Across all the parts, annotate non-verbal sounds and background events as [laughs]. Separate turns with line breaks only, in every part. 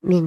面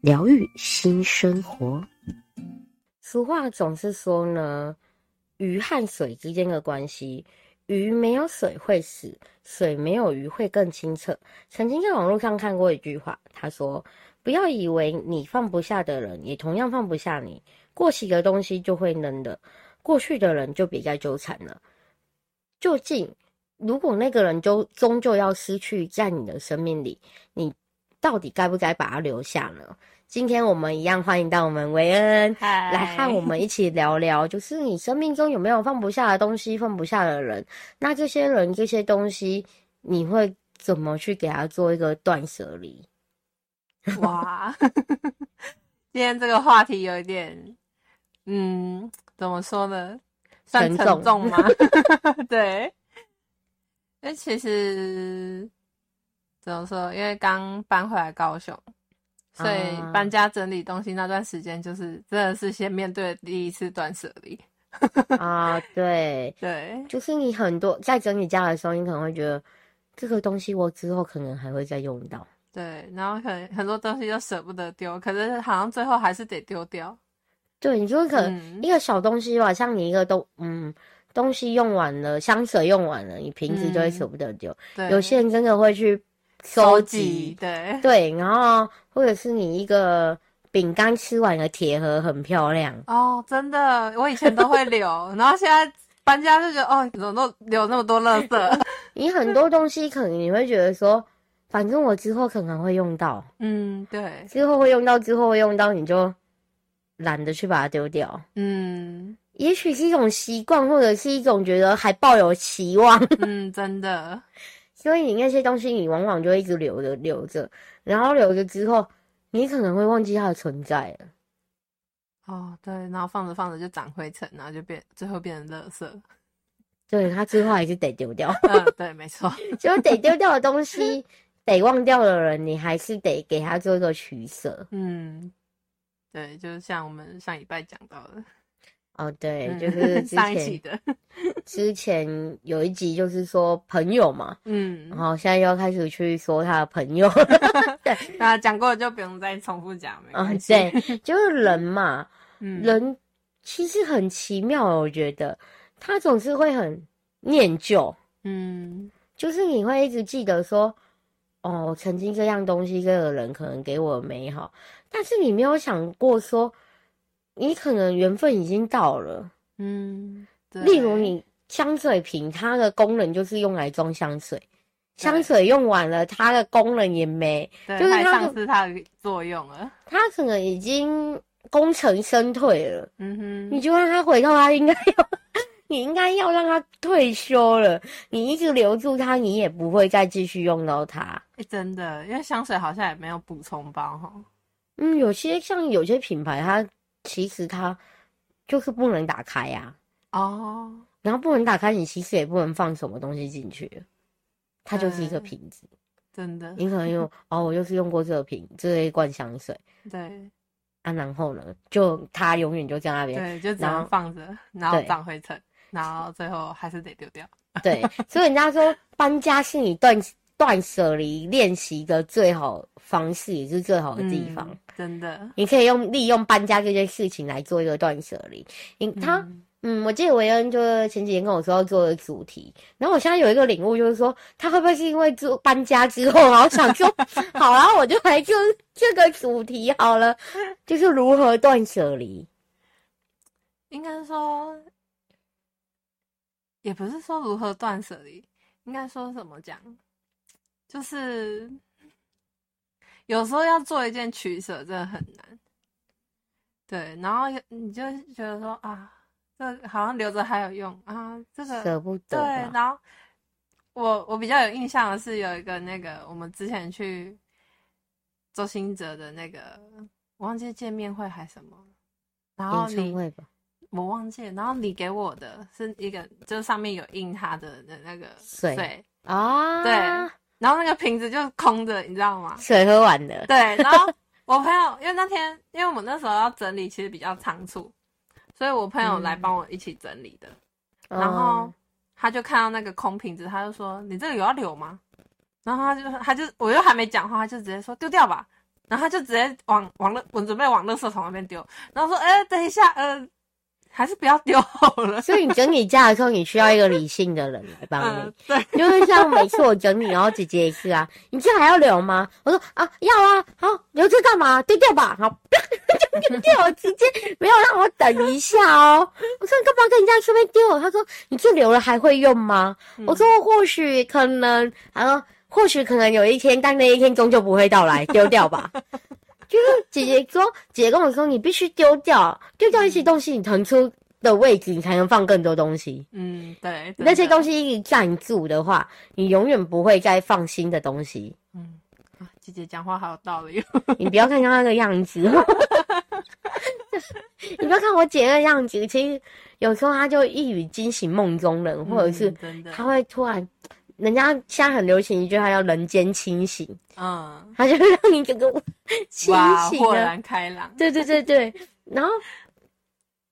疗愈新生活》。俗话总是说呢，鱼和水之间的关系，鱼没有水会死，水没有鱼会更清澈。曾经在网络上看过一句话，他说：“不要以为你放不下的人，也同样放不下你。过期的东西就会扔的，过去的人就别再纠缠了。”究竟，如果那个人终终究要失去在你的生命里，你到底该不该把他留下呢？今天我们一样欢迎到我们维恩
嗨，
来和我们一起聊聊，就是你生命中有没有放不下的东西，放不下的人？那这些人、这些东西，你会怎么去给他做一个断舍离？
哇， [laughs] 今天这个话题有一点，嗯，怎么说呢？ [laughs] 算
沉
沉
重
重吗？对，那其实怎么说？因为刚搬回来高雄，所以
啊
搬家整理东西那段时间，就是真的是先面对第一次断舍离。
啊， [laughs] 对，
对，
就是你很多在整理家的时候，你可能会觉得这个东西我之后可能还会再用到。
对，然后很很多东西都舍不得丢，可是好像最后还是得丢掉。
对，你就可能
嗯
一个小东西吧，像你一个东嗯东西用完了，香水用完了，你瓶子就会
嗯
舍不得丢。
对，
有些人真的会去
收
收
集，对，
对，然后或者是你一个饼干吃完的铁盒很漂亮，
哦，真的，我以前都会留，然后现在搬家就觉得，哦，怎么都留那么多垃圾？ [laughs]
你很多东西可能你会觉得说，反正我之后可能会用到，
嗯，对，
之后会用到，之后会用到，你就懒得去把它丢掉。
嗯
也许是一种习惯，或者是一种觉得还抱有期望，
嗯，真的，
所以你那些东西你往往就会一直留着留着，然后留着之后，你可能会忘记它的存在了。
哦，对，然后放着放着就长灰尘，然后就变，最后变成垃圾。
对，它之后还是得丢掉， [laughs]
嗯，对，没错，
就得丢掉的东西，得忘掉的人，你还是得给他做一个取舍。
嗯，对，就是像我们上礼拜讲到的，
哦，对，
嗯
就
[laughs]
是之
上一期
前
的，
[laughs] 之前有一集就是说朋友嘛，
嗯
然，后现在又开始去说他的
[laughs]
朋友，
那讲过的就不用再重复讲，没
嗯
关，系。
对，就是人嘛，
[laughs] 嗯，
人其实很奇妙，哦我觉得他总是会很念旧，
嗯，
就是你会一直记得说，哦，曾经这样东西，这个人可能给我美好，但是你没有想过说，你可能缘分已经到了。
嗯，对，
例如，你香水瓶，它的功能就是用来装香水，香
对
水用完了，它的功能也没，
对，
就是
太
它
丧失它的作用了。
它可能已经功成身退了。
嗯哼，
你就让他回到他应该要， [laughs] 你应该要让他退休了。你一直留住他，你也不会再继续用到他。
欸真的，因为香水好像也没有补充包哈。
嗯，有些像有些品牌，它其实它就是不能打开呀、
哦，
然后不能打开，你其实也不能放什么东西进去，它就是一个瓶子。
真的，
你可能用哦，我就是用过这个瓶这一罐香水
对
啊，然后呢，就它永远就在那边。
对，就只
然
能
后
放着，然后
对
长灰尘，然后最后还是得丢掉。
对，所以人家说搬家是你断断舍离练习的最好方式，也是最好的地方。
嗯真的，
你可以用利用搬家这件事情来做一个断舍离。你他
嗯
嗯我记得维恩就是前几天跟我说要做的主题，然后我现在有一个领悟，就是说他会不会是因为做搬家之后，然后想
[laughs]
说好啊，我就 [laughs] 来做这个主题好了，就是如何断舍离。
应该说，也不是说如何断舍离，应该说怎么讲，就是有时候要做一件取舍，真的很难。对，然后你就觉得说啊，这个好像留着还有用啊，这个
舍不
对，
得吧，
然后我我比较有印象的是有一个那个我们之前去周兴哲的那个我忘记见面会还是什么，然后
演唱
你
会吧，
我忘记了，然后你给我的是一个，就是上面有印他的的那个
水啊，？
对，然后那个瓶子就是空的，你知道吗
水喝完了，
对，然后我朋友因为那天因为我们那时候要整理，其实比较仓促，所以我朋友来帮我一起整理的，
嗯，
然后他就看到那个空瓶子，他就说：“你这个有要留吗？”然后他就他就我又还没讲话，他就直接说丢掉吧。然后他就直接往往乐，我准备往垃圾桶那边丢，然后说：“哎、等一下，呃，还是不要丢好
[laughs]
了。”
所以你整理家的时候，你需要一个理性的人来帮你
嗯，，对，
因为像每次我整理，然后姐姐也是啊，你这还要留吗？我说啊，要啊，好，留着干嘛？丢掉吧，好， [laughs] 就丢掉，直接没有让我等一下哦。我说你干嘛跟人家随便丢？他说你这留了还会用吗？我说或许可能，他说或许可能有一天，但那一天终究不会到来，丢掉吧。就是姐姐说，姐姐跟我说，你必须丢掉，丢掉一些东西，你腾出的位置，你才能放更多东西。
嗯，对，
那些东
西，
西一直站住的话，你永远不会再放新的东西。
嗯，啊姐姐讲话好有道理哦，
你不要看她那个样子， [laughs] 你不要看我姐那个样子，其实有时候她就一语惊醒梦中人， [laughs] 或者是
嗯真的，
她会突然，人家现在很流行一句话叫“人间清醒
嗯”，，
她就会让你整
[laughs]
个清
哇，
醒
豁
了。
然开朗，
对对对对，然后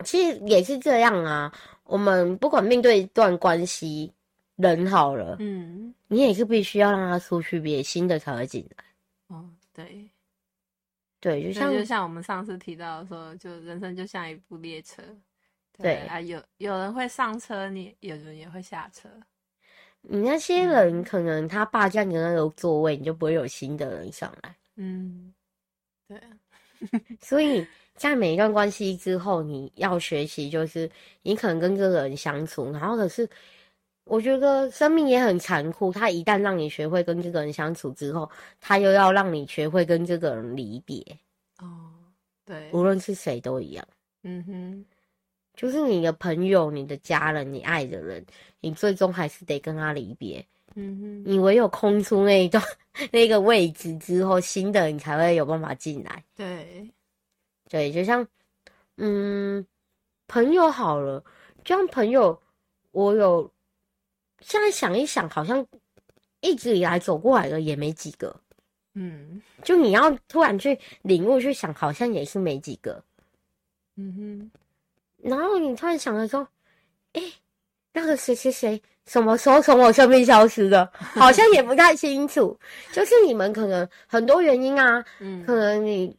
其实也是这样啊。我们不管面对一段关系，人好了，
嗯，
你也是必须要让他出去，别新的才会进来。
哦，对，
对，就像
那就像我们上次提到的说，就人生就像一部列车，
对
啊，有有人会上车，你有人也会下车，
你那些人，可能他霸占你的那个座位，你就不会有新的人上来。
嗯，对，
所 [laughs] 以在每一段关系之后，你要学习，就是你可能跟这个人相处，然后可是我觉得生命也很残酷，他一旦让你学会跟这个人相处之后，他又要让你学会跟这个人离别，
哦，对，
无论是谁都一样。
嗯哼，
就是你的朋友、你的家人、你爱的人，你最终还是得跟他离别。
嗯哼，
你唯有空出那一段 [laughs] 那个位置之后，新的你才会有办法进来。
对，
对，就像嗯，朋友好了，就像朋友，我有现在想一想，好像一直以来走过来的也没几个。
嗯
就你要突然去领悟去想，好像也是没几个。
嗯哼，
然后你突然想了说，哎、那个谁谁谁什么时候从我生命消失的？好像也不太清楚。就是你们可能很多原因啊，可
嗯
能你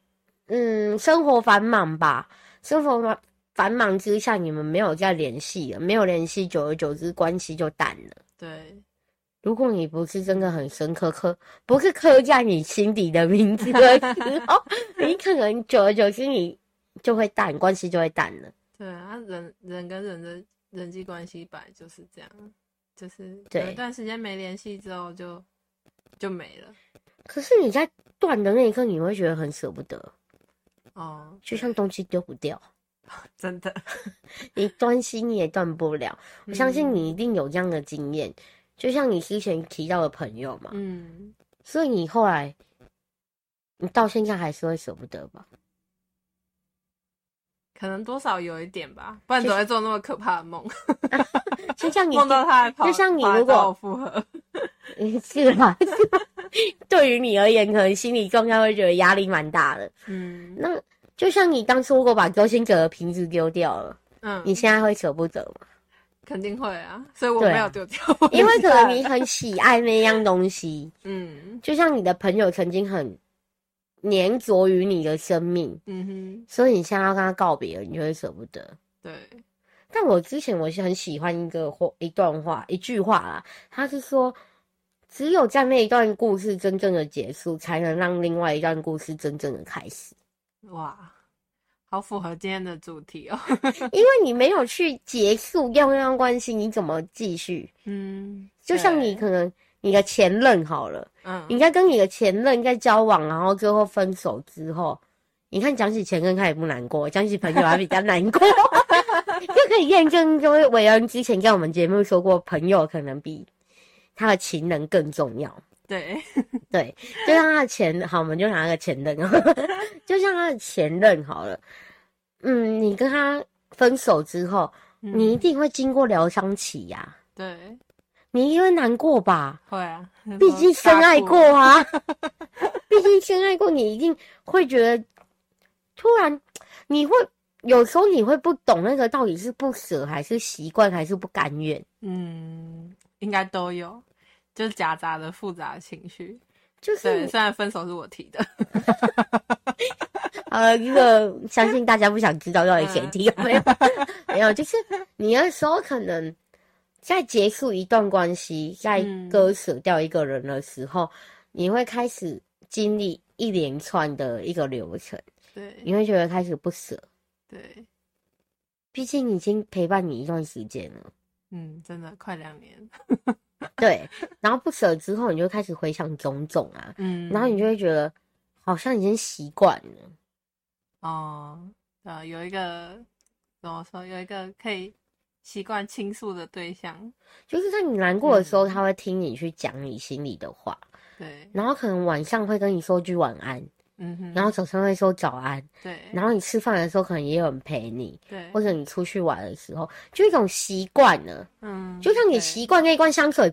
嗯生活繁忙吧，生活繁繁忙之下，你们没有再联系了，没有联系，久而久之关系就啊哦淡了。
对，
如果你不是真的很深刻刻，不是刻在你心底的名字的时候，你可能久而久之你就会淡，关系就会淡了。
对啊，人人跟人的人际关系本来就是这样，就是有
对
一段时间没联系之后就就没了。
可是你在断的那一刻，你会觉得很舍不得，
哦，
就像东西丢不掉，
真的，
你断心你也断不了。我相信
嗯
你一定有这样的经验，就像你之前提到的朋友嘛，
嗯，
所以你后来，你到现在还是会舍不得吧？
可能多少有一点吧，不然怎么会做那么可怕的梦？
就像
[laughs]
你
梦到他还跑，
就像你
跑来
如果
找我复合，
嗯是啦，是啦 [laughs] 对于你而言，可能心理状态会觉得压力蛮大的。
嗯
那就像你当初如果把周星哲的瓶子丢掉了，
[laughs] 嗯，
你现在会舍不得吗？
肯定会啊，所以我
对啊
没有丢掉，
因为可能你很喜爱那样东西。
嗯
就像你的朋友曾经很粘着于你的生命，
嗯哼，
所以你现在要跟他告别了，你就会舍不得。
对，
但我之前我是很喜欢一个或一段话，一句话啦，他是说，只有在那一段故事真正的结束，才能让另外一段故事真正的开始。
哇，好符合今天的主题
[laughs]
哦，
因为你没有去结束掉那段关系，你怎么继续？
嗯，
就像你
对，
可能你的前任好了，你
嗯，
在跟你的前任在交往，然后最后分手之后，你看讲起前任他也不难过，讲起朋友还比较难过，这可以验证，就是韦恩之前在我们节目说过，朋友可能比他的情人更重要。
对，
对，就像他的前好，我们就拿个前任 [laughs] 好了，就像他的前任好了。嗯，你跟他分手之后，
嗯
你一定会经过疗伤期呀、
对
你一定会难过吧？
会啊，
毕竟深爱过
大哭，
啊， [laughs] 毕竟深爱过，你一定会觉得，突然你会有时候你会不懂那个到底是不舍还是习惯还是不甘愿，
嗯，应该都有，就夹杂着复杂的情绪。
就是
对，
你
虽然分手是我提的，
呃，一个相信大家不想知道到底谁 [laughs] 提有没有，没有，就是你那时候可能在结束一段关系，在
嗯
割舍掉一个人的时候，你会开始经历一连串的一个流程，
对
你会觉得开始不舍，
对，
毕竟已经陪伴你一段时间
[laughs]
了，
嗯，真的快两年，
对，然后不舍之后，你就开始回想种种啊，
嗯，
然后你就会觉得好像已经习惯了，
哦，呃，有一个怎么说，有一个可以习惯倾诉的对象，
就是在你难过的时候，
嗯
他会听你去讲你心里的话。
对，
然后可能晚上会跟你说句晚安，
嗯哼，
然后早上会说早安，
对，
然后你吃饭的时候可能也有人陪你，
对，
或者你出去玩的时候，就一种习惯了，
嗯，
就像你
对，
习惯那一罐香水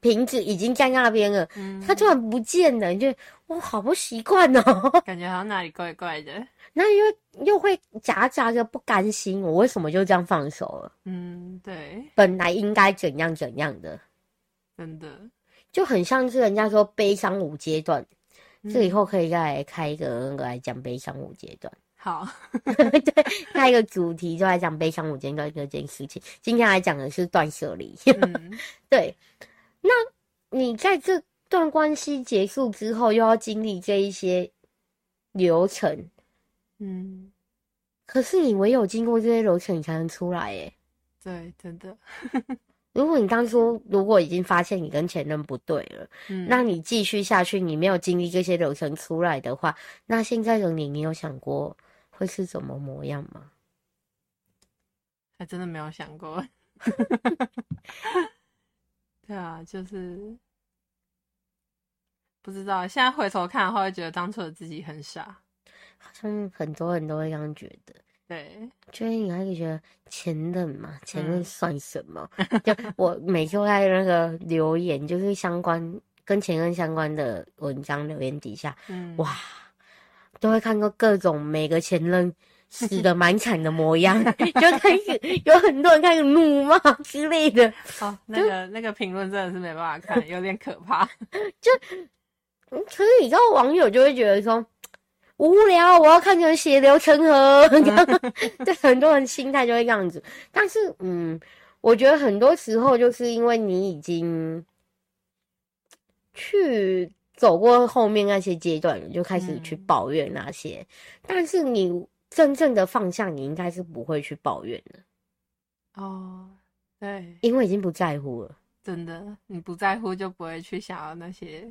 瓶子已经在那边了，
嗯，
它突然不见了，你就我好不习惯哦，
感觉好像哪里怪怪的，
然后又又会夹杂着不甘心，我为什么就这样放手了？
嗯，对，
本来应该怎样怎样的，
真的，
就很像是人家说悲伤五阶段，这以
嗯
后可以再来开一个那个来讲悲伤五阶段。 [laughs]
好，
下一个主题就来讲悲伤五阶段这件事情。今天来讲的是断舍离。 [laughs]
嗯，
对，那你在这段关系结束之后，又要经历这一些流程，
嗯，
可是你唯有经过这些流程，你才能出来。耶。
对，真的，
如果你当初如果已经发现你跟前任不对了，
嗯，
那你继续下去，你没有经历这些流程出来的话，那现在的你，你有想过会是什么模样吗？
还真的没有想过。 [laughs] 对啊，就是不知道。现在回头看的话，会觉得当初的自己很傻。
好像很多人都会这样觉得。
对，
就是你还会觉得前任嘛，前任
嗯
算什
[laughs]
么？就我每次在那个留言，就是相关跟前任相关的文章留言底下，
嗯，
哇，都会看过各种每个前任死的蛮惨的模样， [laughs] 就开始有很多人开始怒骂之类的。
哦，那个那个评论真的是没办法看，有点可
[laughs]
怕。
嗯可是你知道，网友就会觉得说。无聊，我要看你们血流成河。对，很多人心态就会这样子。但是，嗯，我觉得很多时候就是因为你已经去走过后面那些阶段了，就开始去
嗯
抱怨那些。但是你真正的放下，你应该是不会去抱怨的，
哦，对，
因为已经不在乎了。
真的，你不在乎就不会去想要那些。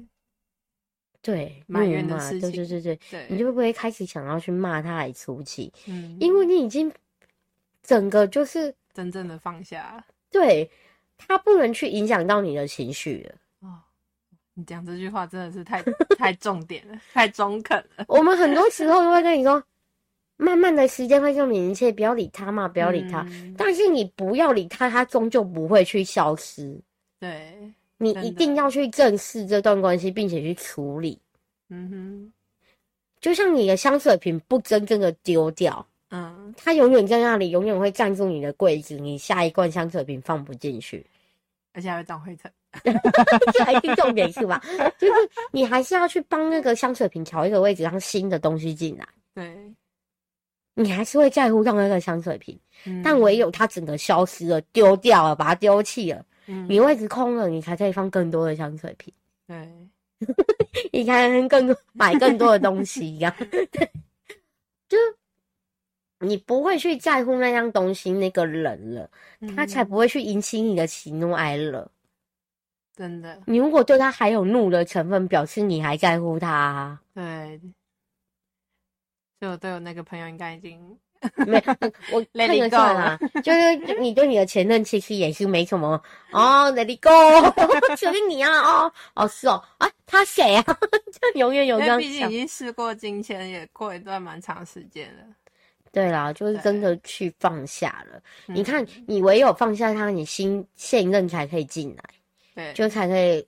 对，
埋怨
怒
的
骂
事情
对对对对，
对，
你就会不会开始想要去骂他来出气？
嗯，
因为你已经整个就是
真正的放下。
对他不能去影响到你的情绪了。
哦，你讲这句话真的是太太重点了，太中肯了。
我们很多时候
[laughs]
都会跟你说，慢慢的时间会证明一切，不要理他嘛，不
不
要理他。
嗯、
但是你不要理他，他终究不会去消失。
对，
你
真
一
的
定要去正视这段关系，并且去处理。
嗯哼。
就像你的香水瓶不真正的丢掉，
嗯，
它永远在那里，永远会占住你的柜子，你下一罐香水瓶放不进去。 [laughs]
而且还会长灰尘。
这还是重点是吧？就是你还是要去帮那个香水瓶调一个位置，让新的东西进来。
对，
你还是会在乎到那个香水瓶，
嗯
但唯有它整个消失了、丢掉了、把它丢弃了，
嗯
你位置空了，你才可以放更多的香水瓶，
对，
你才能更多买更多的东西一样。 [laughs] 对，就是你不会去在乎那样东西、那个人了，他才
嗯
不会去引起你的喜怒哀乐。
真的
你如果对他还有怒的成分，表示你还
[laughs]
在乎他啊、
对。所以我对我那个朋友应该已经
没，我
Let
看
it
得下
go
啦，就是你对你的前任其实也是没
[laughs]
什么哦，Let it go，就是你啊，哦，哦是哦，啊他谁啊， [laughs] 就永远有
因
这
为
样
毕竟
想
已。经试过金钱，也过一段蛮长时间了。嗯
对啦，就是
对
真的去放下了。你
嗯
看，你唯有放下他，你新现任才可以进来，
对，
就才可以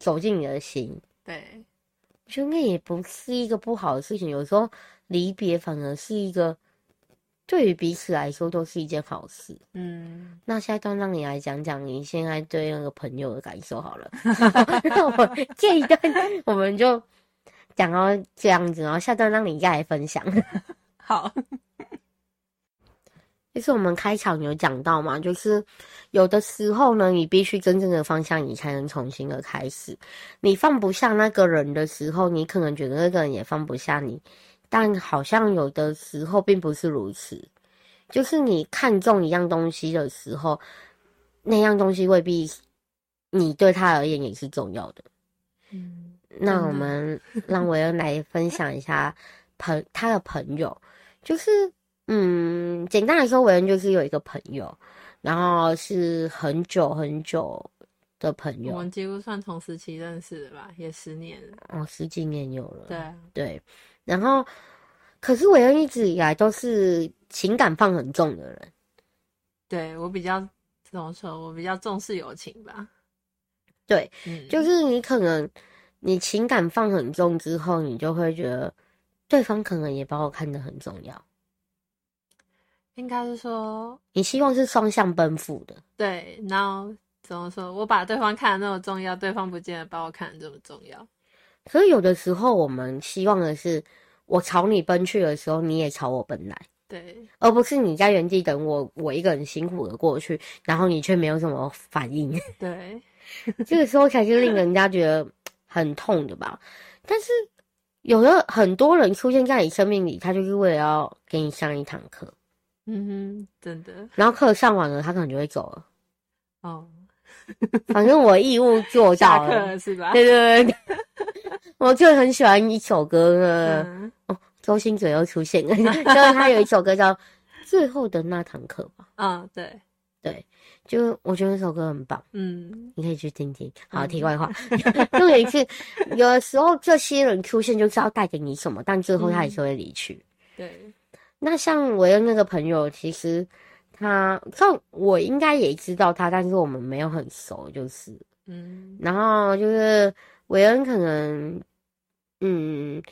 走进你的心。
对，
我觉得那也不是一个不好的事情，有时候离别反而是一个对于彼此来说都是一件好事。
嗯，
那下一段让你来讲讲你现在对那个朋友的感受好了。 [laughs] 那我这一段我们就讲到这样子，然后下段让你再来分享。 [laughs]
好，
就是我们开场有讲到嘛，就是有的时候呢，你必须真正的放下，你才能重新的开始。你放不下那个人的时候，你可能觉得那个人也放不下你，但好像有的时候并不是如此。就是你看重一样东西的时候，那样东西未必你对他而言也是重要的。
嗯，
那我
真的 [laughs]
们让维恩来分享一下朋他的朋友，就是嗯，简单来说，维恩就是有一个朋友，然后是很久很久的朋
我
友，
们几乎算同时期认识的吧，也十年了。
哦，十几年有了，
对啊，
对，然后可是维恩一直以来都是情感放很重的人，
对我比较怎么说，我比较重视友情吧。
对，
嗯，
就是你可能你情感放很重之后，你就会觉得对方可能也把我看得很重要，
应该是说，
你希望是双向奔赴的。
对，然后怎么说，我把对方看得那么重要，对方不见得把我看得这么重要。
可是有的时候，我们希望的是，我朝你奔去的时候，你也朝我奔来，
对，
而不是你在原地等我，我一个人辛苦的过去，然后你却没有什么反应。 [laughs]
对，
这个时候才是令人家觉得很痛的吧。但是有的很多人出现在你生命里，他就是为了要给你上一堂课，
嗯哼，真的，
然后课上完了，他可能就会走了。
哦，
反正我义务做
下
到
课
了。
了是吧？
对对对对， [laughs] 我就很喜欢一首歌呃呢。
嗯，
周星哲又出现 [laughs] 了，就是他有一首歌叫《最后的那堂课》吧，
嗯，对，
就我觉得那首歌很棒，
嗯，
你可以去听听。好，
嗯
题外话，重点是有的时候这些人出现就是要带给你什么，但最后他也是会离去。
对，
那像我的那个朋友，其实他，像我应该也知道他，但是我们没有很熟，就是。
嗯，
然后就是韦恩可能，嗯，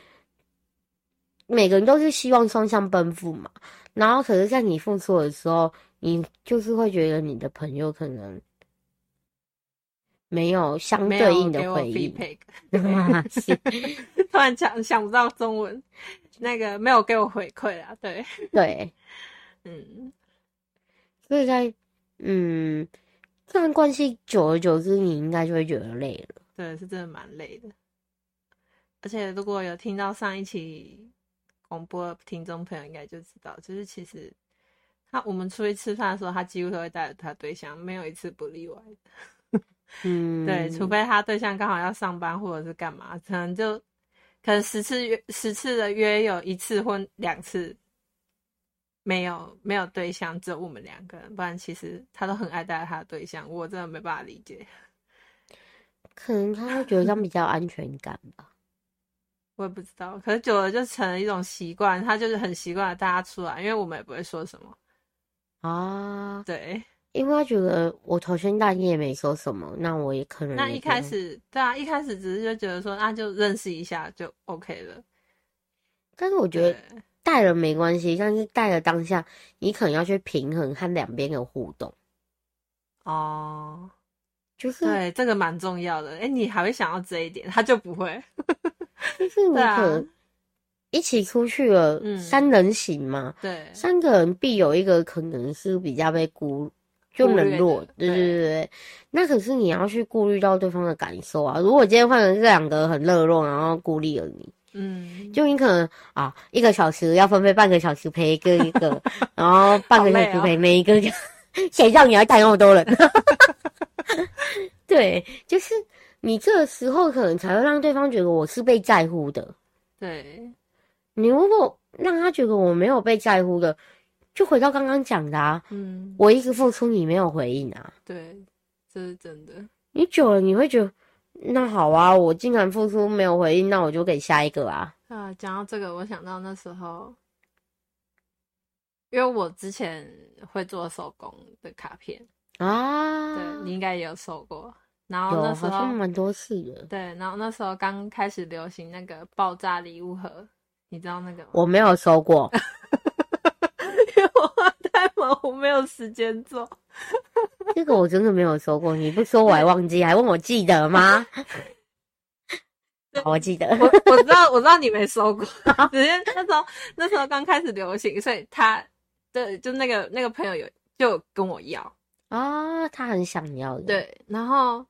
每个人都是希望双向奔赴嘛。然后可是，在你付出的时候，你就是会觉得你的朋友可能没有相
没
对
有
应
给
的
我
回应。 [laughs]
feedback， [laughs]
是
突然想想不到中文，那个没有给我回馈啊，对， [laughs]
对，
嗯，
所以在嗯，这样关系久而久之，你应该就会觉得累了。
对，是真的蛮累的。而且如果有听到上一期广播的听众朋友，应该就知道，就是其实他我们出去吃饭的时候，他几乎都会带着他对象，没有一次不例外的。
嗯，
对，除非他对象刚好要上班或者是干嘛，可能就可能十次约十次的约有一次或两次没有没有对象，只有我们两个人，不然其实他都很爱带他的对象，我真的没办法理解，
可能他会觉得这样比较有安全感吧。
我也不知道。可是久了就成了一种习惯，他就是很习惯地带他出来，因为我们也不会说什么。 [laughs]
啊，
对，
因为他觉得我头先大你也没说什么，那我也可能
那
也
一
不用
开始对啊，一开始只是就觉得说那就认识一下就 OK 了，
但是我觉
对
得带了没关系，但是带了当下，你可能要去平衡和两边的互动，
哦。
就是
对，这个蛮重要的。哎，你还会想到这一点，他就不
[laughs]
会。
就是你
对啊
可能一起出去了，
嗯
三人行嘛，
对，
三个人必有一个可能是比较被孤。就
忽略
冷落
的，
对
对
对对对，那可是你要去顾虑到对方的感受啊。如果今天换成这两个很热络，然后孤立了你，
嗯，
就你可能啊，一个小时要分配半个小时陪一个一个，
[laughs]
然后半个小
啊
时陪每一 [laughs] 个，谁让你要带那
[laughs]
么多人？对，就是你这个时候可能才会让对方觉得我是被在乎的。
对，
你如果让他觉得我没有被在乎的，就回到刚刚讲的啊，
嗯，
我一个付出，你没有回应啊，
对，这是真的。
你久了你会觉得，那好啊，我竟然付出没有回应，那啊我就给下一个啊。
啊，讲到这个，我想到那时候，因为我之前会做手工的卡片，
啊，
对你应该也有收过。然后
有
那时
好像
候，
蛮多次的，
对，然后那时候刚开始流行那个爆炸礼物盒，你知道那个吗？
我没有收过。
[laughs] 因为我太忙，我没有时间做。
这个我真的没有收过，你不说我还忘记，还问我记得吗？ [laughs] 好我记得
我我知道，我知道你没收过，只是那时候那时候刚开始流行，所以他对，就那个那个朋友有就有跟我要，
啊，他很想要的。，
对，然后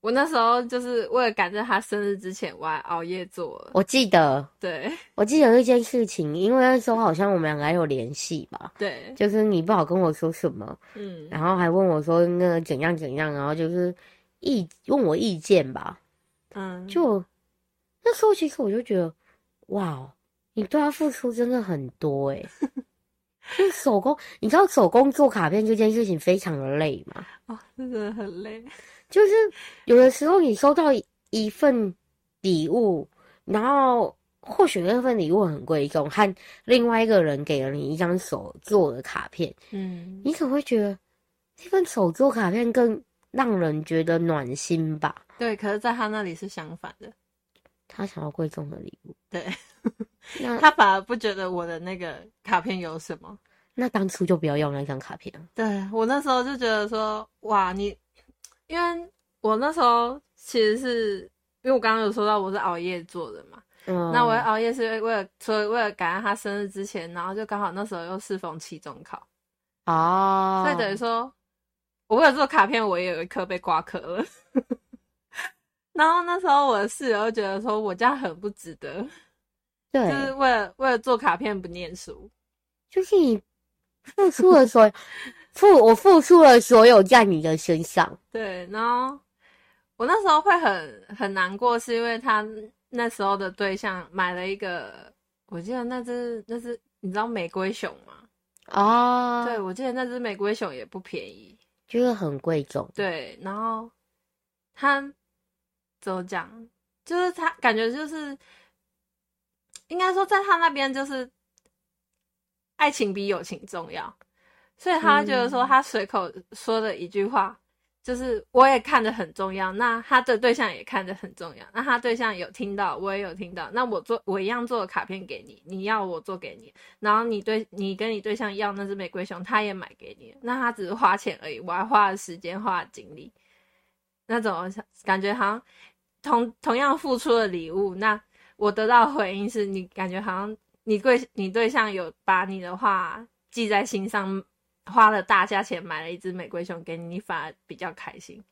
我那时候就是为了赶在他生日之前，我还熬夜做了。
我记得，
对
我记得一件事情，因为那时候好像我们两个还有联系吧，
对，
就是你不好跟我说什么，
嗯
然后还问我说那个怎样怎样，然后就是意问我意见吧，
嗯，
就那时候其实我就觉得，哇，哦你对他付出真的很多诶、 [laughs] 就是手工，你知道手工做卡片这件事情非常的累吗？
哦，真的很累。
就是有的时候你收到一份礼物，然后或许那份礼物很贵重，和另外一个人给了你一张手做的卡片，
嗯，
你可能会觉得这份手做卡片更让人觉得暖心吧？
对，可是在他那里是相反的，
他想要贵重的礼物，
对 [laughs]
那
他反而不觉得我的那个卡片有什么。
那当初就不要要那张卡片啊。
对我那时候就觉得说，哇，你，因为我那时候其实是因为我刚刚有说到我是熬夜做的嘛，
嗯
那我熬夜是为了，所以为了赶在他生日之前，然后就刚好那时候又适逢期中考，
哦，
所以等于说，我为了做卡片，我也有一颗被挂科了。 [laughs] 然后那时候我的室友就觉得说，我这样很不值得，
对
就，是为了为了做卡片不念书。
就是你付出
[laughs]
了所有付我付出了所有在你的身上，
对，然后我那时候会很很难过，是因为他那时候的对象买了一个，我记得那只那只你知道玫瑰熊吗？
哦，
对，，我记得那只玫瑰熊也不便宜。
就是很贵重，
对，然后他怎么讲？就是他感觉就是，应该说在他那边就是爱情比友情重要，所以他觉得说
嗯
他随口说的一句话，就是我也看得很重要，那他的对象也看得很重要，那他对象有听到，我也有听到，那我做我一样做卡片给你，你要我做给你，然后你对你跟你对象要那只玫瑰熊，他也买给你，那他只是花钱而已，我还花了时间，花了精力，那种感觉好像同同样付出的礼物，那我得到的回应是你感觉好像你对你对象有把你的话记在心上，花了大价钱买了一只玫瑰熊给你，你反而比较开心。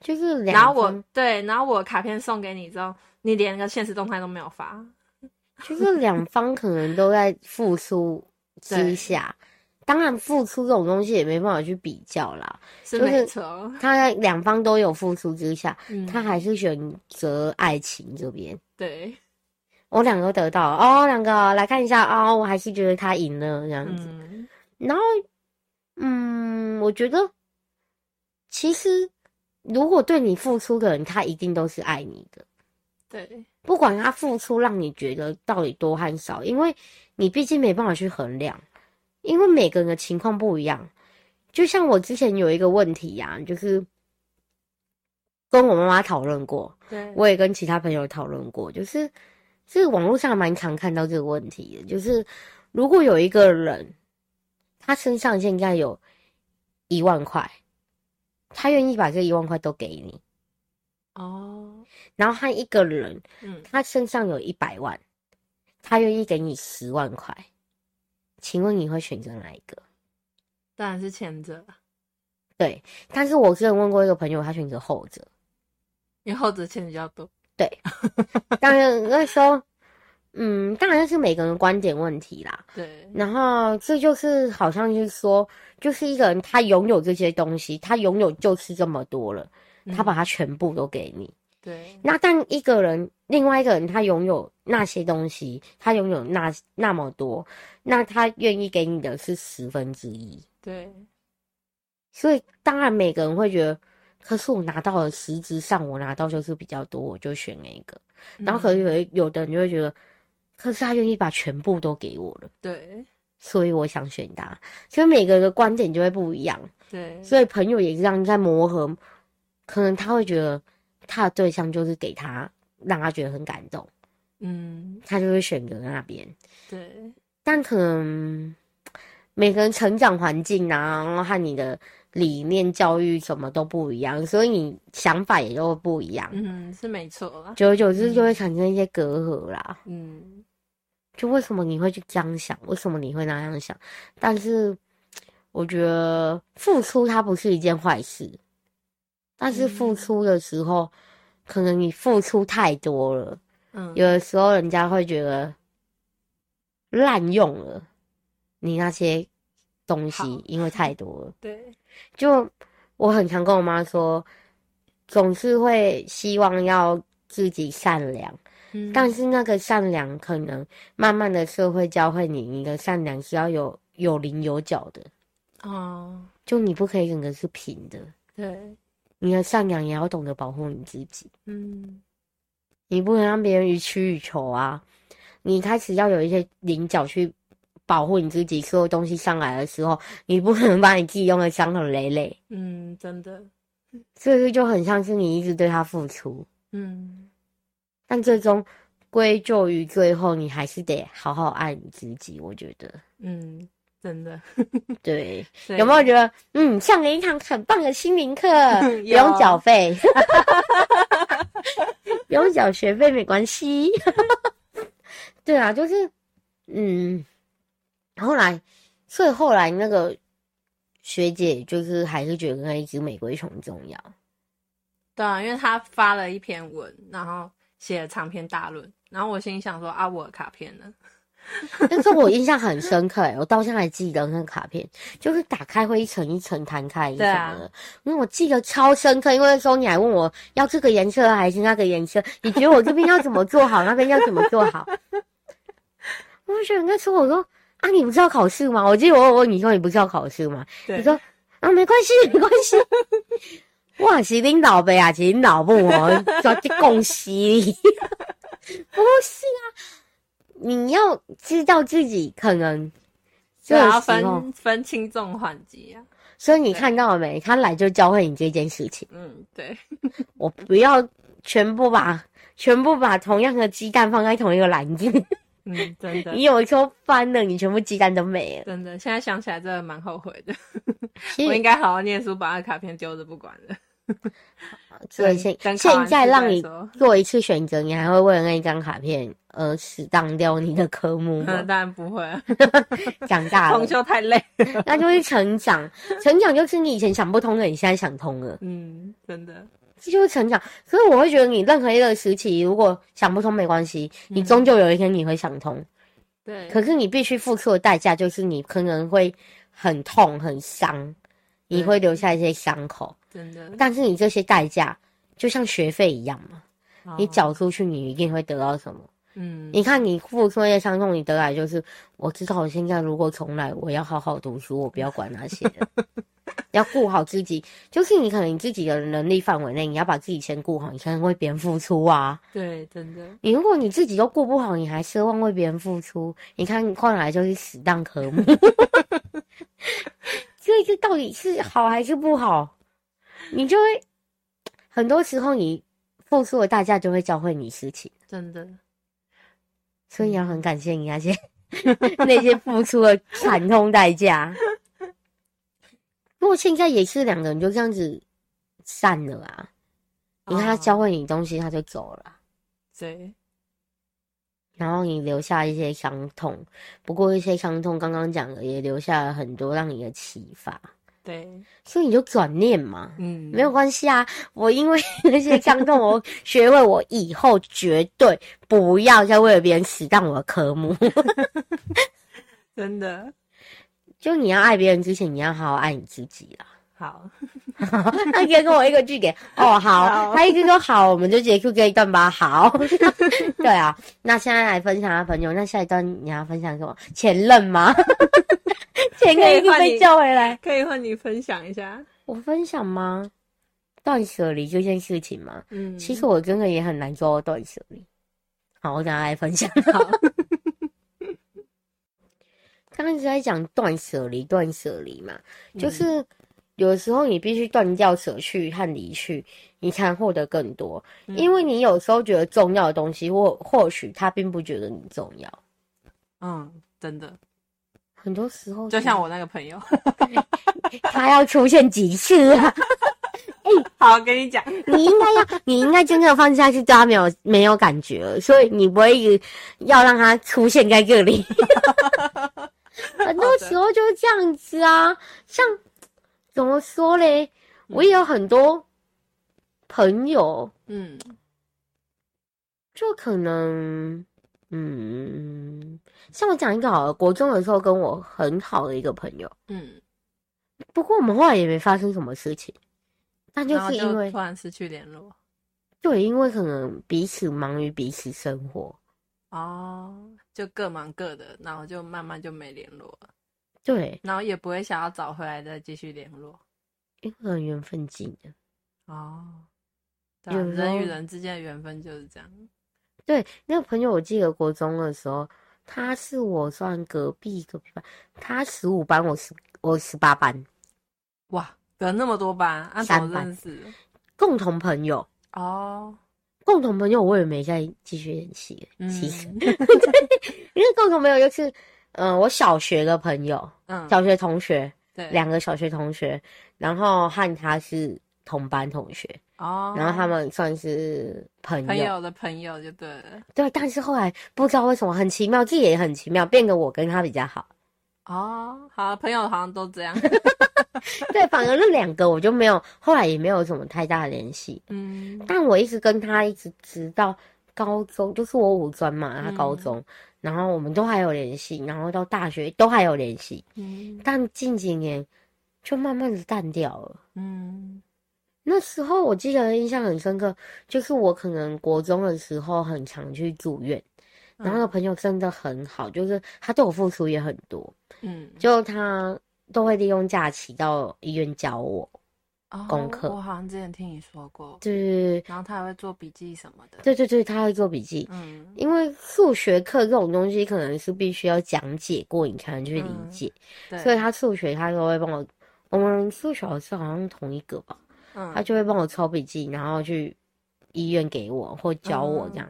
就是
然后
两
我
方，
对，然后我卡片送给你之后，你连个现实动态都没有发，
就是两方可能都在
[laughs]
付出之
对
下。当然，付出这种东西也没办法去比较啦。
是
就是
没错。哦
他在两方都有付出之下，
嗯，
他还是选择爱情这边。
对，
我两个都得到了哦，两个来看一下哦，我还是觉得他赢了这样子。
嗯
然后，嗯，我觉得其实如果对你付出的人，他一定都是爱你的，
对，
不管他付出让你觉得到底多和少，因为你毕竟没办法去衡量，因为每个人的情况不一样。就像我之前有一个问题呀、就是跟我妈妈讨论过，
对，
我也跟其他朋友讨论过，就是是网络上蛮常看到这个问题的，就是如果有一个人他身上现在有一万块，他愿意把这一万块都给你，
哦，
然后他一个人
嗯，
他身上有一百万，他愿意给你十万块，请问你会选择哪一个？
当然是前者，
对，但是我之前问过一个朋友，他选择后者。
因为后者钱比较多。
当然那时候，嗯，当然是每个人观点问题啦。
对，
然后这就是好像是说，就是一个人他拥有这些东西，他拥有就是这么多了，他把它全部都给你，
嗯对，
那但一个人，另外一个人他拥有那些东西，他拥有那那么多，那他愿意给你的是十分之一。
对，
所以当然每个人会觉得，可是我拿到了实质上我拿到就是比较多，我就选那一个。然后可
嗯
能有有的人就会觉得，可是他愿意把全部都给我了，
对
所以我想选他。所以每个人的观点就会不一样，
对，
所以朋友也是这样在磨合，可能他会觉得他的对象就是给他让他觉得很感动，
嗯，
他就会选择那边。
对
但可能每个人成长环境啊，然后和你的理念、教育什么都不一样，所以你想法也都不一样，
嗯是没错啦，
久而久之就会产生一些隔阂啦。
嗯
就为什么你会去这样想？为什么你会那样想？但是我觉得付出它不是一件坏事，但是付
嗯
出的时候，可能你付出太多了，
嗯
有的时候人家会觉得滥用了你那些东
好
西，因为太多了。
对
就我很常跟我妈说，总是会希望要自己善良。
嗯
但是那个善良，可能慢慢的社会教会你，你的善良是要有有棱有角的，
哦
就你不可以整个是平的。
对
你的善良也要懂得保护你自己，
嗯
你不能让别人予取予求啊。你开始要有一些棱角去保护你自己，所有东西上来的时候，你不能把你自己用的伤痕累累。
嗯真的
所以就很像是你一直对他付出，
嗯
但最终归咎于最后，你还是得好好爱你自己。我觉得，
嗯真的，
对。
所
有没有
以
觉得，嗯，上了一堂很棒的心灵课，不
有
用缴费， [laughs] 不用缴学费没关系。 [laughs] 对啊，就是，嗯，后来，所以后来那个学姐就是还是觉得那一只玫瑰很重要。
对啊，因为他发了一篇文，然后写了长篇大论，然后我心里想说啊，我的卡片呢？
但是我印象很深刻、欸，我到现在还记得那个卡片，就是打开会一层一层摊开什
对啊
么的，因为我记得超深刻，因为那时候你还问我要这个颜色啊还是那个颜色，你觉得我这边要怎么做好，那边要怎么做好？ [laughs] 我就觉得那时候我说啊，你不是要考试吗？我记得我问你说你不是要考试吗？
对，
你说啊，没关
[laughs]
系，没关系。哇，是领导呗啊，是领导不哦，抓去恭喜你。不是啊，你要知道自己可能这
对
个
啊，要
时候，
分分轻重缓急啊。
所以你看到了没？他来就教会你这件事情，
嗯，对，
我不要全部把。全部把同样的鸡蛋放在同一个篮子，
嗯，真
[laughs]
的
你，有时候翻了，你全部鸡蛋都没了。
真的，现在想起来真的蛮后悔的。
其
我
实
应该好好念书，把那卡片丢着不管了。 [laughs]
对，现
等考
现
完
在
试
让
再
你
说
做一次选择，你还会为了那一张卡片而死当掉你的
[laughs]
科目吗
嗯，？当然不会啊，
长大了
重，修太累。
那就是成长。 [laughs] 成长就是你以前想不通的，你现在想通了，
嗯，真的，
这就是成长。所以我会觉得，你任何一个时期，如果想不通没关系，你
嗯
终究有一天你会想通。
对，
可是你必须付出的代价就是你可能会很痛、很伤，你
对
会留下一些伤口。
真的，
但是你这些代价就像学费一样嘛，你
哦，
缴出去，你一定会得到什么。
嗯，
你看，你付出那些伤痛，你得来就是，我知道我现在如果重来，我要好好读书，我不要管那些人，要顾好自己。就是你可能你自己的能力范围内，你要把自己先顾好，你才能为别人付出啊。
对，真的，
你如果你自己都顾不好，你还奢望为别人付出，你看换来就是死当科目。 [laughs] 所以这到底是好还是不好，你就会很多时候你付出的代价就会教会你事情。
真的，
所以你要很感谢你那些 [laughs] 那些付出的惨痛代价。 [laughs] 不过现在也是两个人就这样子散了啊！你看他
哦
教会你东西，他就走了啊，
对，
然后你留下一些伤痛。不过一些伤痛，刚刚讲的也留下了很多让你的启发，
对，
所以你就转念嘛。
嗯，
没有，关系啊，我因为 [laughs] 那些伤痛，我学会我以后绝对不要再为了别人死当我的科目。
真的， [laughs]
就你要爱别人之前，你要好好爱你自己啦。
好，
他给跟我一个句点，哦好，
好
他一直说好，我们就直接 Q 这一段
[laughs]
吧，好，对啊，那现在来分享他朋友，那下一段你要分
[laughs]
享什么？前任吗？前任一定被叫回来，
可以换你分享一下。
我分享吗？断舍离这件事情吗？
嗯，
其实我真的也很难做到断舍离。好，我等一下来分享。
好，
刚刚一直在讲断舍离，断舍离嘛，
嗯
就是有时候你必须断掉舍去和离去，你才能获得更多。
嗯
因为你有时候觉得重要的东西，或或许他并不觉得你重要。
嗯，真的，
很多时候是，
就像我那个朋友， [laughs]
他要出现几次啊？
好，跟你讲，
你应该要，你应该真正放下去，对他没有没有感觉了，所以你不会一直要让他出现在
[laughs]
这里。很多时候就是这样子啊，像怎么说嘞？我也有很多朋友，
嗯
就可能，嗯，像我讲一个好了，国中的时候跟我很好的一个朋友，
嗯，
不过我们后来也没发生什么事情，但就
然后
是因为
突然失去联络。
对，因为可能彼此忙于彼此生活，
哦，就各忙各的，然后就慢慢就没联络了，
对，
然后也不会想要找回来再继续联络。
因为缘分尽了。
哦，对啊、
有时候
人与人之间的缘分就是这样。
对，那个朋友，我记得国中的时候，他是我算隔壁隔壁班，他十五班，我十我十八班，
哇，隔那么多班，啊，
三
怎么
班
认识的？
共同朋友，
哦，
共同朋友我也没再继续联系了，
嗯
其实，因为共同朋友就是，嗯、我小学的朋友，
嗯，
[laughs] 小学同学，
对，
两个小学同学，然后和他是同班同学，
哦，
然后他们算是朋
朋
友，
友的朋友就对了。
对，但是后来不知道为什么很奇妙，这也很奇妙，变得我跟他比较好。
哦，好，朋友好像都这样。
[laughs] 对，反而那两个我就没有，后来也没有什么太大的联系。
嗯
但我一直跟他一直直到高中，就是我五专嘛，他高中，然后我们都还有联系，然后到大学都还有联系，
嗯
但近几年就慢慢的淡掉了。
嗯
那时候我记得印象很深刻，就是我可能国中的时候很常去住院，然
嗯
后那朋友真的很好，就是他对我付出也很多，
嗯，
就他都会利用假期到医院教我，
哦
功课
我好像之前听你说过，
就是
然后他还会做笔记什么的。，
对对对，他会做笔记，
嗯
因为数学课这种东西可能是必须要讲解过，你才能去理
嗯
解，
对，
所以他数学他都会帮我。我们数学老师好像同一个吧，
嗯
他就会帮我抄笔记，然后去医院给我或教我
哦
这样。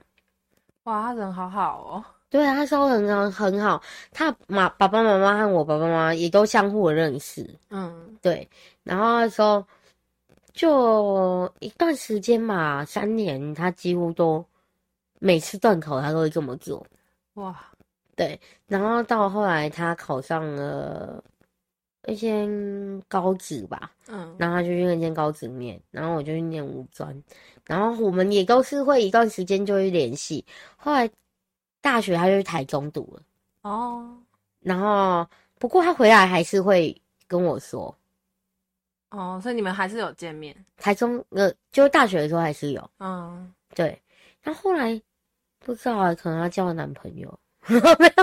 哇，他人好好哦。
对啊，他收很好很好，他妈爸爸妈妈和我爸爸妈妈也都相互认识，
嗯
对。然后那时候就一段时间嘛，三年，他几乎都每次断考他都会这么做。
哇，
然后到后来他考上了一间高职吧，
嗯
然后他就去那间高职念，然后我就去念五专，然后我们也都是会一段时间就会联系。后来大学他就去台中读了，
哦
然后不过他回来还是会跟我说，
哦，所以你们还是有见面。
台中呃，就大学的时候还是有 [laughs]
嗯，
对，然后后来不知道啊，可能他交了男朋友，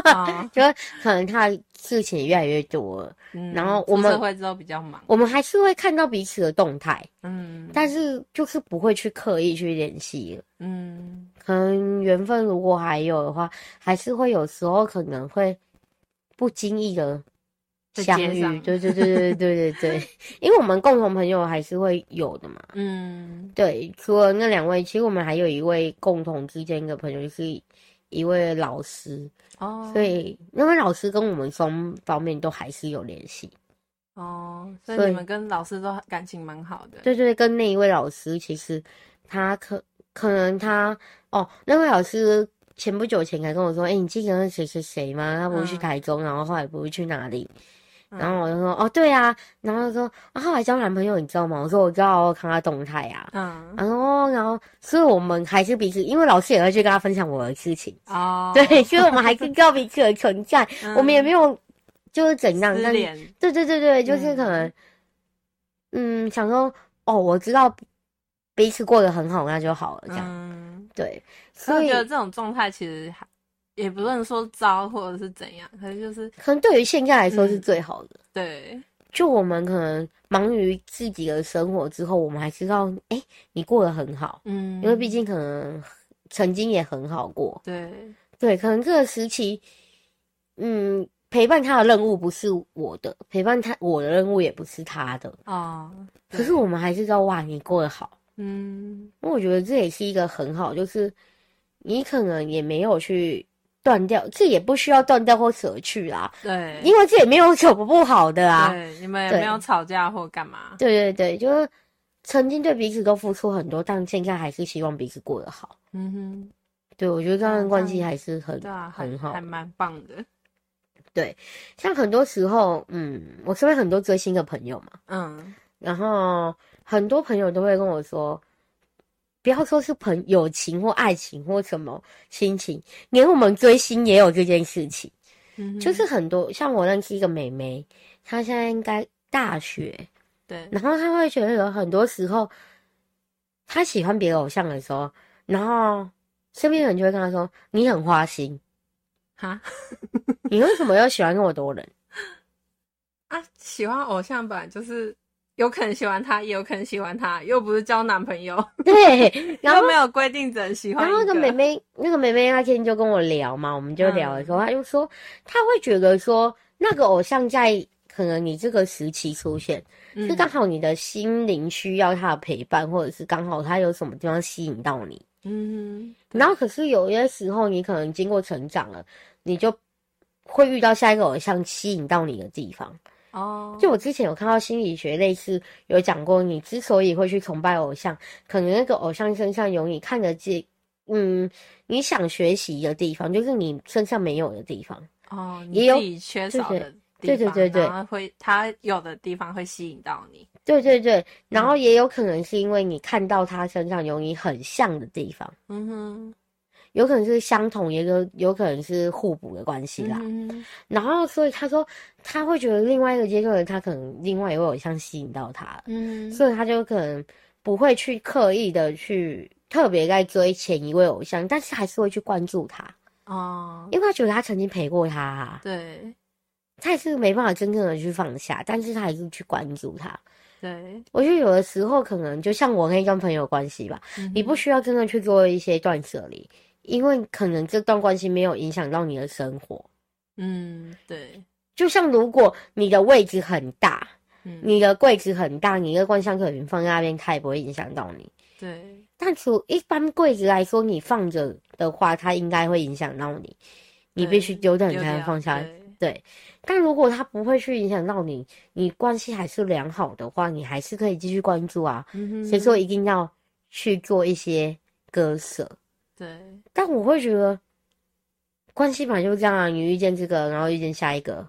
啊，
就是可能他的事情越来越多了。
嗯
然后
出
我们
社会之后比较忙。
我们还是会看到彼此的动态，
嗯，
但是就是不会去刻意去联系了。
嗯
可能缘分如果还有的话，还是会有时候可能会不经意的
在
相
街
遇。
上
对对对对对对对， [laughs] 因为我们共同朋友还是会有的嘛。
嗯
对，除了那两位，其实我们还有一位共同之间的朋友，就是一位老师。
哦，
所以那位老师跟我们双方面都还是有联系。
哦，所
所
以
以
你们跟老师都感情蛮好的。
对对，跟那一位老师，其实他可可能他哦，那位老师前不久前才跟我说，哎、你记得那谁谁谁吗？他不是去
嗯
台中，然后后来不是去哪里？
嗯，
然后我就说，哦，对啊，然后他说，啊，后来交男朋友，你知道吗？我说我知道，我看他动态啊。 [laughs]
嗯
然后，然后，所以我们还是彼此，因为老师也会去跟他分享我的事情，
哦，
[laughs] 对，所以我
[laughs]
们还是知道彼此的存在，
嗯
我们也没有就是怎样，
失
但是
联。
对对对对，就是可能嗯，想说哦，我知道彼此过得很好，那就好了，这样、
嗯，
对。
我
所以
觉得这种状态其实还也不论说糟或者是怎样，可是就是
可能对于现在来说是
嗯
最好的。
对，
就我们可能忙于自己的生活之后，我们还知道，哎、你过得很好，
嗯，
因为毕竟可能曾经也很好过。
对，
对，可能这个时期，嗯，陪伴他的任务不是我的，陪伴他我的任务也不是他的，
哦，
可是我们还是知道，哇，你过得好。
嗯，
那我觉得这也是一个很好，就是你可能也没有去断掉，这也不需要断掉或舍去啦，
对，
因为这也没有什么不好的啊。
对，你们也
对
没有吵架或干嘛，
对对对，就是曾经对彼此都付出很多，但现在还是希望彼此过得好。
嗯哼，
对，我觉得这样的
嗯
关
这
系
样
还是很、
对啊，还
很好
还。蛮棒
[laughs]
的，
像很多时候，嗯，我身边很多追星的朋友嘛，
嗯，
然后很多朋友都会跟我说，不要说是朋友情或爱情或什么亲情，连我们追星也有这件事情。
嗯哼
就是很多像我认识一个妹妹，她现在应该大学，
对，
然后他会觉得有很多时候，他喜欢别的偶像的时候，然后身边人就会跟他说：“你很花心，
哈 [laughs]
你为什么要喜欢那么多人 [laughs]
啊，喜欢偶像本来就是有可能喜欢他，也有可能喜欢他，又不是交男朋友，？”
对，然后
又没有规定只能喜欢
然
一
后
个
那个妹妹，那个妹妹那天就跟我聊嘛，我们就聊的时候，
嗯
她就说她会觉得说那个偶像在可能你这个时期出现，
嗯
是刚好你的心灵需要他的陪伴，或者是刚好他有什么地方吸引到你。
嗯
然后可是有些时候，你可能经过成长了，你就会遇到下一个偶像吸引到你的地方。
哼哦，
就我之前有看到心理学类似有讲过，你之所以会去崇拜偶像，可能那个偶像身上有你看得见，嗯，你想学习的地方，就是你身上没有的地方。
哦，
也
你
有
自己缺少
对
的地
对对
方
对对
然后会他有的地方会吸引到你，
对对
嗯
对，然后也有可能是因为你看到他身上有你很像的地方，
嗯哼，
有可能是相同，也有有可能是互补的关系啦。
嗯哼
然后，所以他说他会觉得另外一个阶段的他可能另外一位偶像吸引到他了，
嗯哼，
所以他就可能不会去刻意的去特别在追前一位偶像，但是还是会去关注他，
哦，
因为他觉得他曾经陪过他、啊，
对
他也是没办法真正的去放下，但是他还是去关注他。
对，
我觉得有的时候可能就像我可以跟朋友关系吧，你
嗯
不
哼
需要真的去做一些断舍离，因为可能这段关系没有影响到你的生活。
嗯对，
就像如果你的位置很大，
嗯
你的柜子很大，你的罐箱可能放在那边，它也不会影响到你。
对
但除一般柜子来说，你放着的话，它应该会影响到你，你必须
对
丢掉你
有
才能
点
放下。
对
对，但如果它不会去影响到你，你关系还是良好的话，你还是可以继续关注啊。
嗯哼，
谁说一定要去做一些割舍？
对
但我会觉得，关系本来就是这样啊，你遇见这个，然后遇见下一个，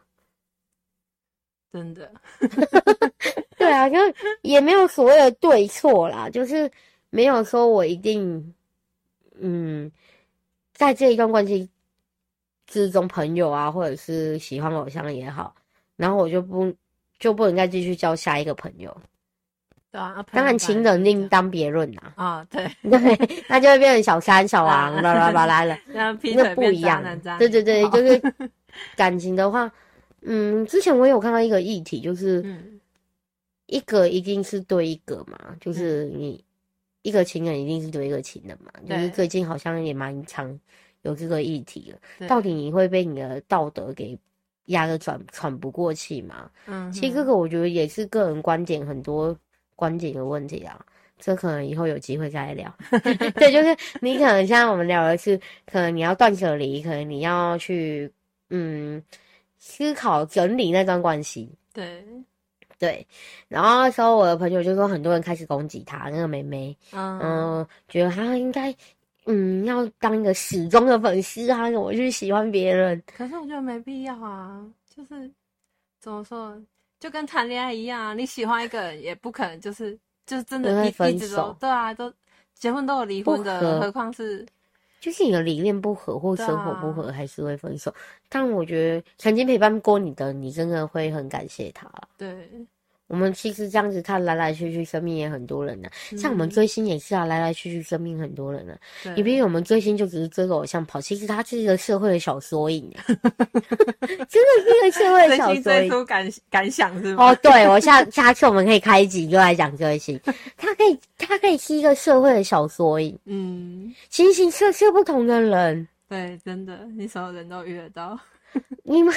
真的，
[laughs] 对啊，就也没有所谓的对错啦，就是没有说我一定，嗯，在这一段关系之中，朋友啊，或者是喜欢偶像也好，然后我就不就不能再继续交下一个朋友。
对啊，啊朋友
当然，
本
情
来就
人
是
另
这样
当别论啦， [laughs]
啊，对，
对，那就会变成小三、
[laughs]
小王，巴拉巴拉了。
那劈
那
腿
不
变
一
渣
样
男渣，，哦
对对对，
好
就是感情的话，嗯，之前我有看到一个议题，就是
嗯
一个一定是对一个嘛，就是你一个情人一定是对一个情人嘛，就
对
是最近好像也蛮常有这个议题了，
对
到底你会被你的道德给压得喘喘不过气吗？
嗯哼，
其实这个我觉得也是个人观点很多观点的问题啊。这可能以后有机会
[laughs]
再聊。 [laughs] 对，就是你可能现在我们聊的是，可能你要断舍离，可能你要去嗯思考整理那段关系。
对，
对，然后那时候我的朋友就说，很多人开始攻击她那个妹妹，
嗯
嗯、觉得她应该，嗯，要当一个始终的粉丝啊，我去喜欢别人，
可是我觉得没必要啊，就是怎么说，就跟谈恋爱一样啊，你喜欢一个人也不可能就是就是真
因
的
为
一
分
一直
手
都对啊，都结婚都有离
不
婚的，
合
何况是
就是你的理念不合或
对
生活不
啊
合，还是会分手。但我觉得曾经陪伴过你的，你真的会很感谢他啦
对
我们其实这样子看来来去去，身边也很多人呢、啊像我们
嗯
追星也是啊，来来去去，身边很多人呢、啊
对
你别以为我们追星就只是追个偶像跑，其实它是一个社会的小缩影、 [laughs] 啊，真的是一个社会的
最
小
新
缩
最
影。
初感感想是吗？ [laughs]
哦，对，我下下次我们可以开一集就来讲追星，它可以它可以是一个社会的小缩影，
嗯，
形形色色不同的人，
对，真的，你所有人都遇得
[laughs]
到。
你们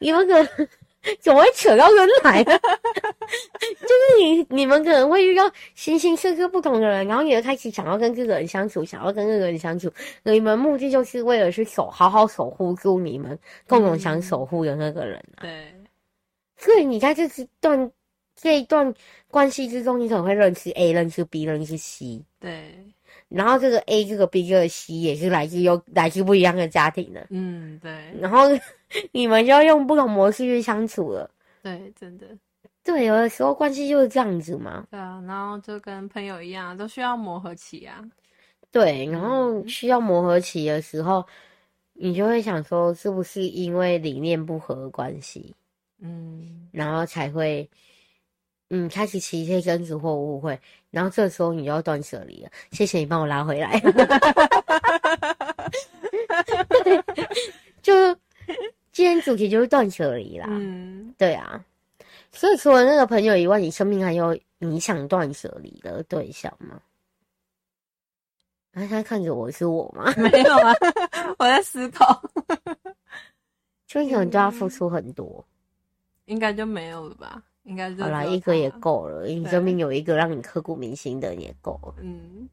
你们可能怎么会扯到人来呢？ [laughs] 就是你你们可能会遇到形形色色不同的人，然后你就开始想要跟这个人相处，想要跟这个人相处，你们目的就是为了去守好好守护住你们共同想守护的那个人啊。
对，
所以你在这之段这一段关系之中，你可能会认识 A，认识 B，认识 C。
对，
然后这个 A 这个 B 这个 C 也是来自又来自不一样的家庭的，
嗯，对，
然后 [laughs] 你们就要用不同模式去相处了。
对，真的，
对，有的时候关系就是这样子嘛。
对啊。然后就跟朋友一样，都需要磨合期啊。
对，然后需要磨合期的时候，你就会想说，是不是因为理念不合的关系，
嗯，
然后才会，嗯，开始起一些争执或误会，然后这时候你就要断舍离了。谢谢你帮我拉回来， [laughs] [laughs] 就今天主题就是断舍离啦。
嗯，
对啊，所以除了那个朋友以外，你生命还有你想断舍离的对象吗？然后他看着我是我吗？
没有啊，我在思考，
就你可能对他付出很多，
应该就没有了吧？应该就
好啦，
只有
一个也
他
够了。你生命有一个让你刻骨铭心的也够了。
嗯，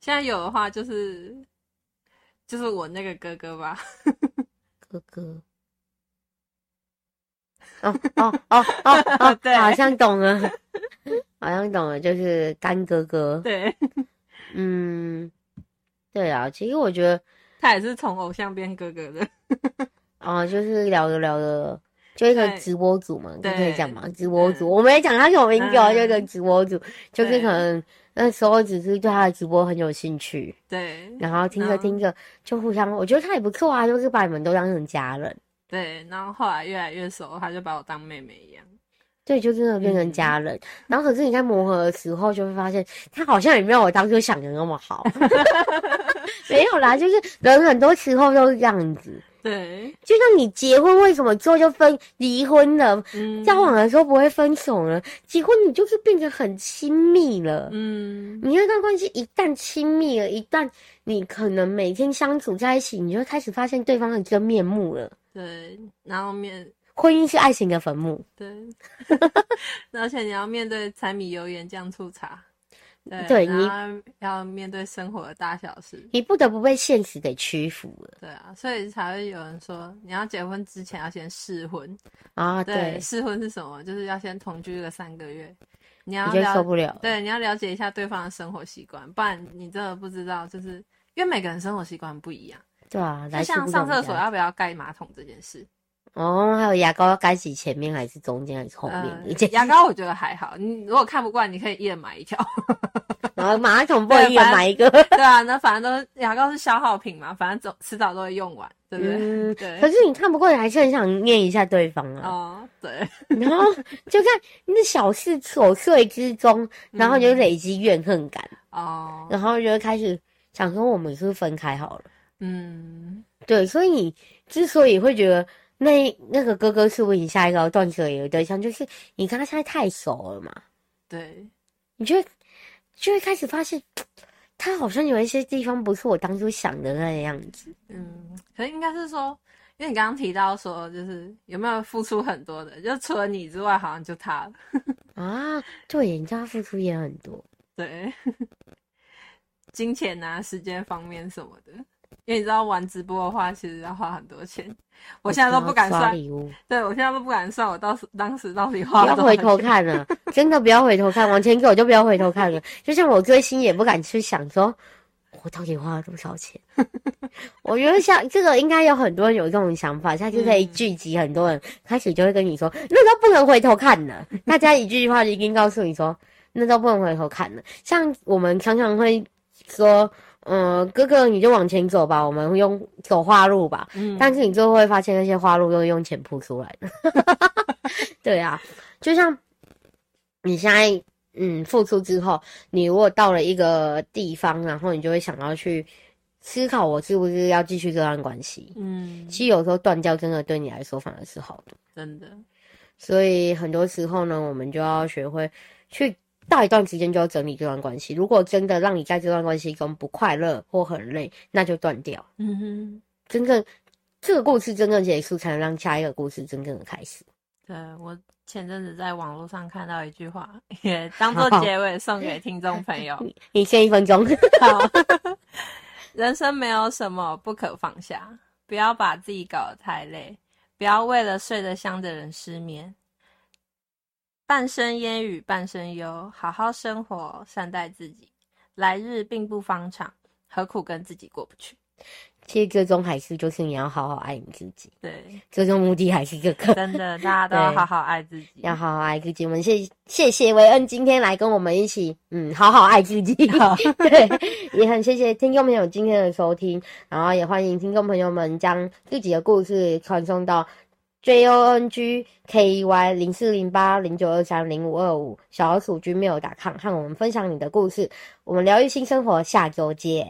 现在有的话就是就是我那个哥哥吧，
哥哥，哦哦哦哦哦，
[laughs] 对
好像懂了，好像懂了，就是干哥哥。
对
嗯，对啊，其实我觉得。
他也是从偶像变哥哥的，
哦，就是聊着聊着，就一个
对
直播主嘛，就可以
对
讲嘛，直播主，
嗯
我没讲他什么名字哦，
嗯
就一个直播主，就是
对
可能那时候只是对他的直播很有兴趣，
对
然后听着
嗯
听着就互相，我觉得他也不错啊，就是把你们都当成家人，
对，然后后来越来越熟，他就把我当妹妹一样，
对，就真的变成
嗯
家人。然后可是你在磨合的时候，就会发现他好像也没有我当初想的那么
[laughs]
好，没有啦，就是人很多时候都是这样子。
对，
就像你结婚，为什么之后就分离婚了？
嗯，
交往的时候不会分手了，结婚你就是变得很亲密了。
嗯，
你那段关系一旦亲密了，一旦你可能每天相处在一起，你就会开始发现对方的真面目了。
对，然后面
婚姻是爱情的坟墓，
对，
[laughs]
而且你要面对柴米油盐酱醋茶，对，
对你
然后要面对生活的大小事，
你不得不被现实给屈服了
对啊，所以才会有人说你要结婚之前要先试婚。
啊！
对，
对，
试婚是什么？就是要先同居个三个月，你要
你就受
了
不了。
对，你要了解一下对方的生活习惯，不然你真的不知道，就是因为每个人生活习惯不一样，
对啊，
就
来自
像
不
上
同
厕所
家
要不要盖马桶这件事，
哦，还有牙膏要该洗前面还是中间还是后面？
嗯
哦一件，
牙
[laughs]
膏我觉得还好，你如果看不惯，你可以一人买一条，
然后马桶不能
对
一人
反正
买一个。
对啊，那反正都是牙膏是消耗品嘛，反正总迟早都会用完，对不对？
嗯，
对
可是你看不过，你还是很想念一下对方啊。
哦，对，
然后就在那小事琐碎之中，然后就累积怨恨感，
哦，
然后就会开始想说我们是不是分开好了。
嗯，
对，所以你之所以会觉得那那个哥哥是不是你下一个要断舍离的对象，就是你跟他现在太熟了嘛，
对，
你就会就会开始发现。他好像有一些地方不是我当初想的那样子，
嗯，可是应该是说，因为你刚刚提到说，就是有没有付出很多的，就除了你之外，好像就他了。
啊，对，人家付出也很多，
对， [laughs] 金钱啊、时间方面什么的，因为你知道玩直播的话，其实要花很多钱。我现在都不敢
我想要刷
算，
礼物，
对我现在都不敢算，我到时当时到底花
[laughs] 不
了
要
多少
回
钱
头看了，真的不要回头看，往前走就不要回头看了。就像我追星也不敢去想说，我到底花了多少钱。 [laughs] 我觉得像这个应该有很多人有这种想法，下次可以
嗯
聚集很多人，开始就会跟你说，那都不能回头看了。大家一句话就一定告诉你说，那都不能回头看了。像我们常常会说。嗯，哥哥，你就往前走吧，我们用走花路吧。
嗯，
但是你最后 [laughs] 会发现那些花路都是用钱铺出来的。对啊，就像你现在嗯付出之后，你如果到了一个地方，然后你就会想要去思考，我是不是要继续这段关系？
嗯，
其实有时候断掉，真的对你来说反而是好的。
真的，
所以很多时候呢，我们就要学会去到一段时间就要整理这段关系。如果真的让你在这段关系中不快乐或很累，那就断掉。
嗯哼，
真正这个故事真正结束，才能让下一个故事真正的开始。
对我前阵子在网络上看到一句话，
[laughs]
也当做结尾送给听众朋友。
你限一分钟， [laughs]
好，人生没有什么不可放下，不要把自己搞得太累，不要为了睡得香的人失眠。半生烟雨半生忧，好好生活，善待自己，来日并不方长，何苦跟自己过不去？
其实最终还是就是你要好好爱你自己，
对，
最终目的还是这个。 [laughs]
真的，大家都要
对
好好爱自己。
要好好爱自己。我们谢谢谢维恩今天来跟我们一起，嗯，好好爱自己。 [laughs] 对，也很谢谢听众朋友今天的收听，然后也欢迎听众朋友们将自己的故事传送到 J O N G K E Y 零四零八零九二三零五二五小老鼠 gmail.com 和我们分享你的故事。我们疗愈新生活，下周见。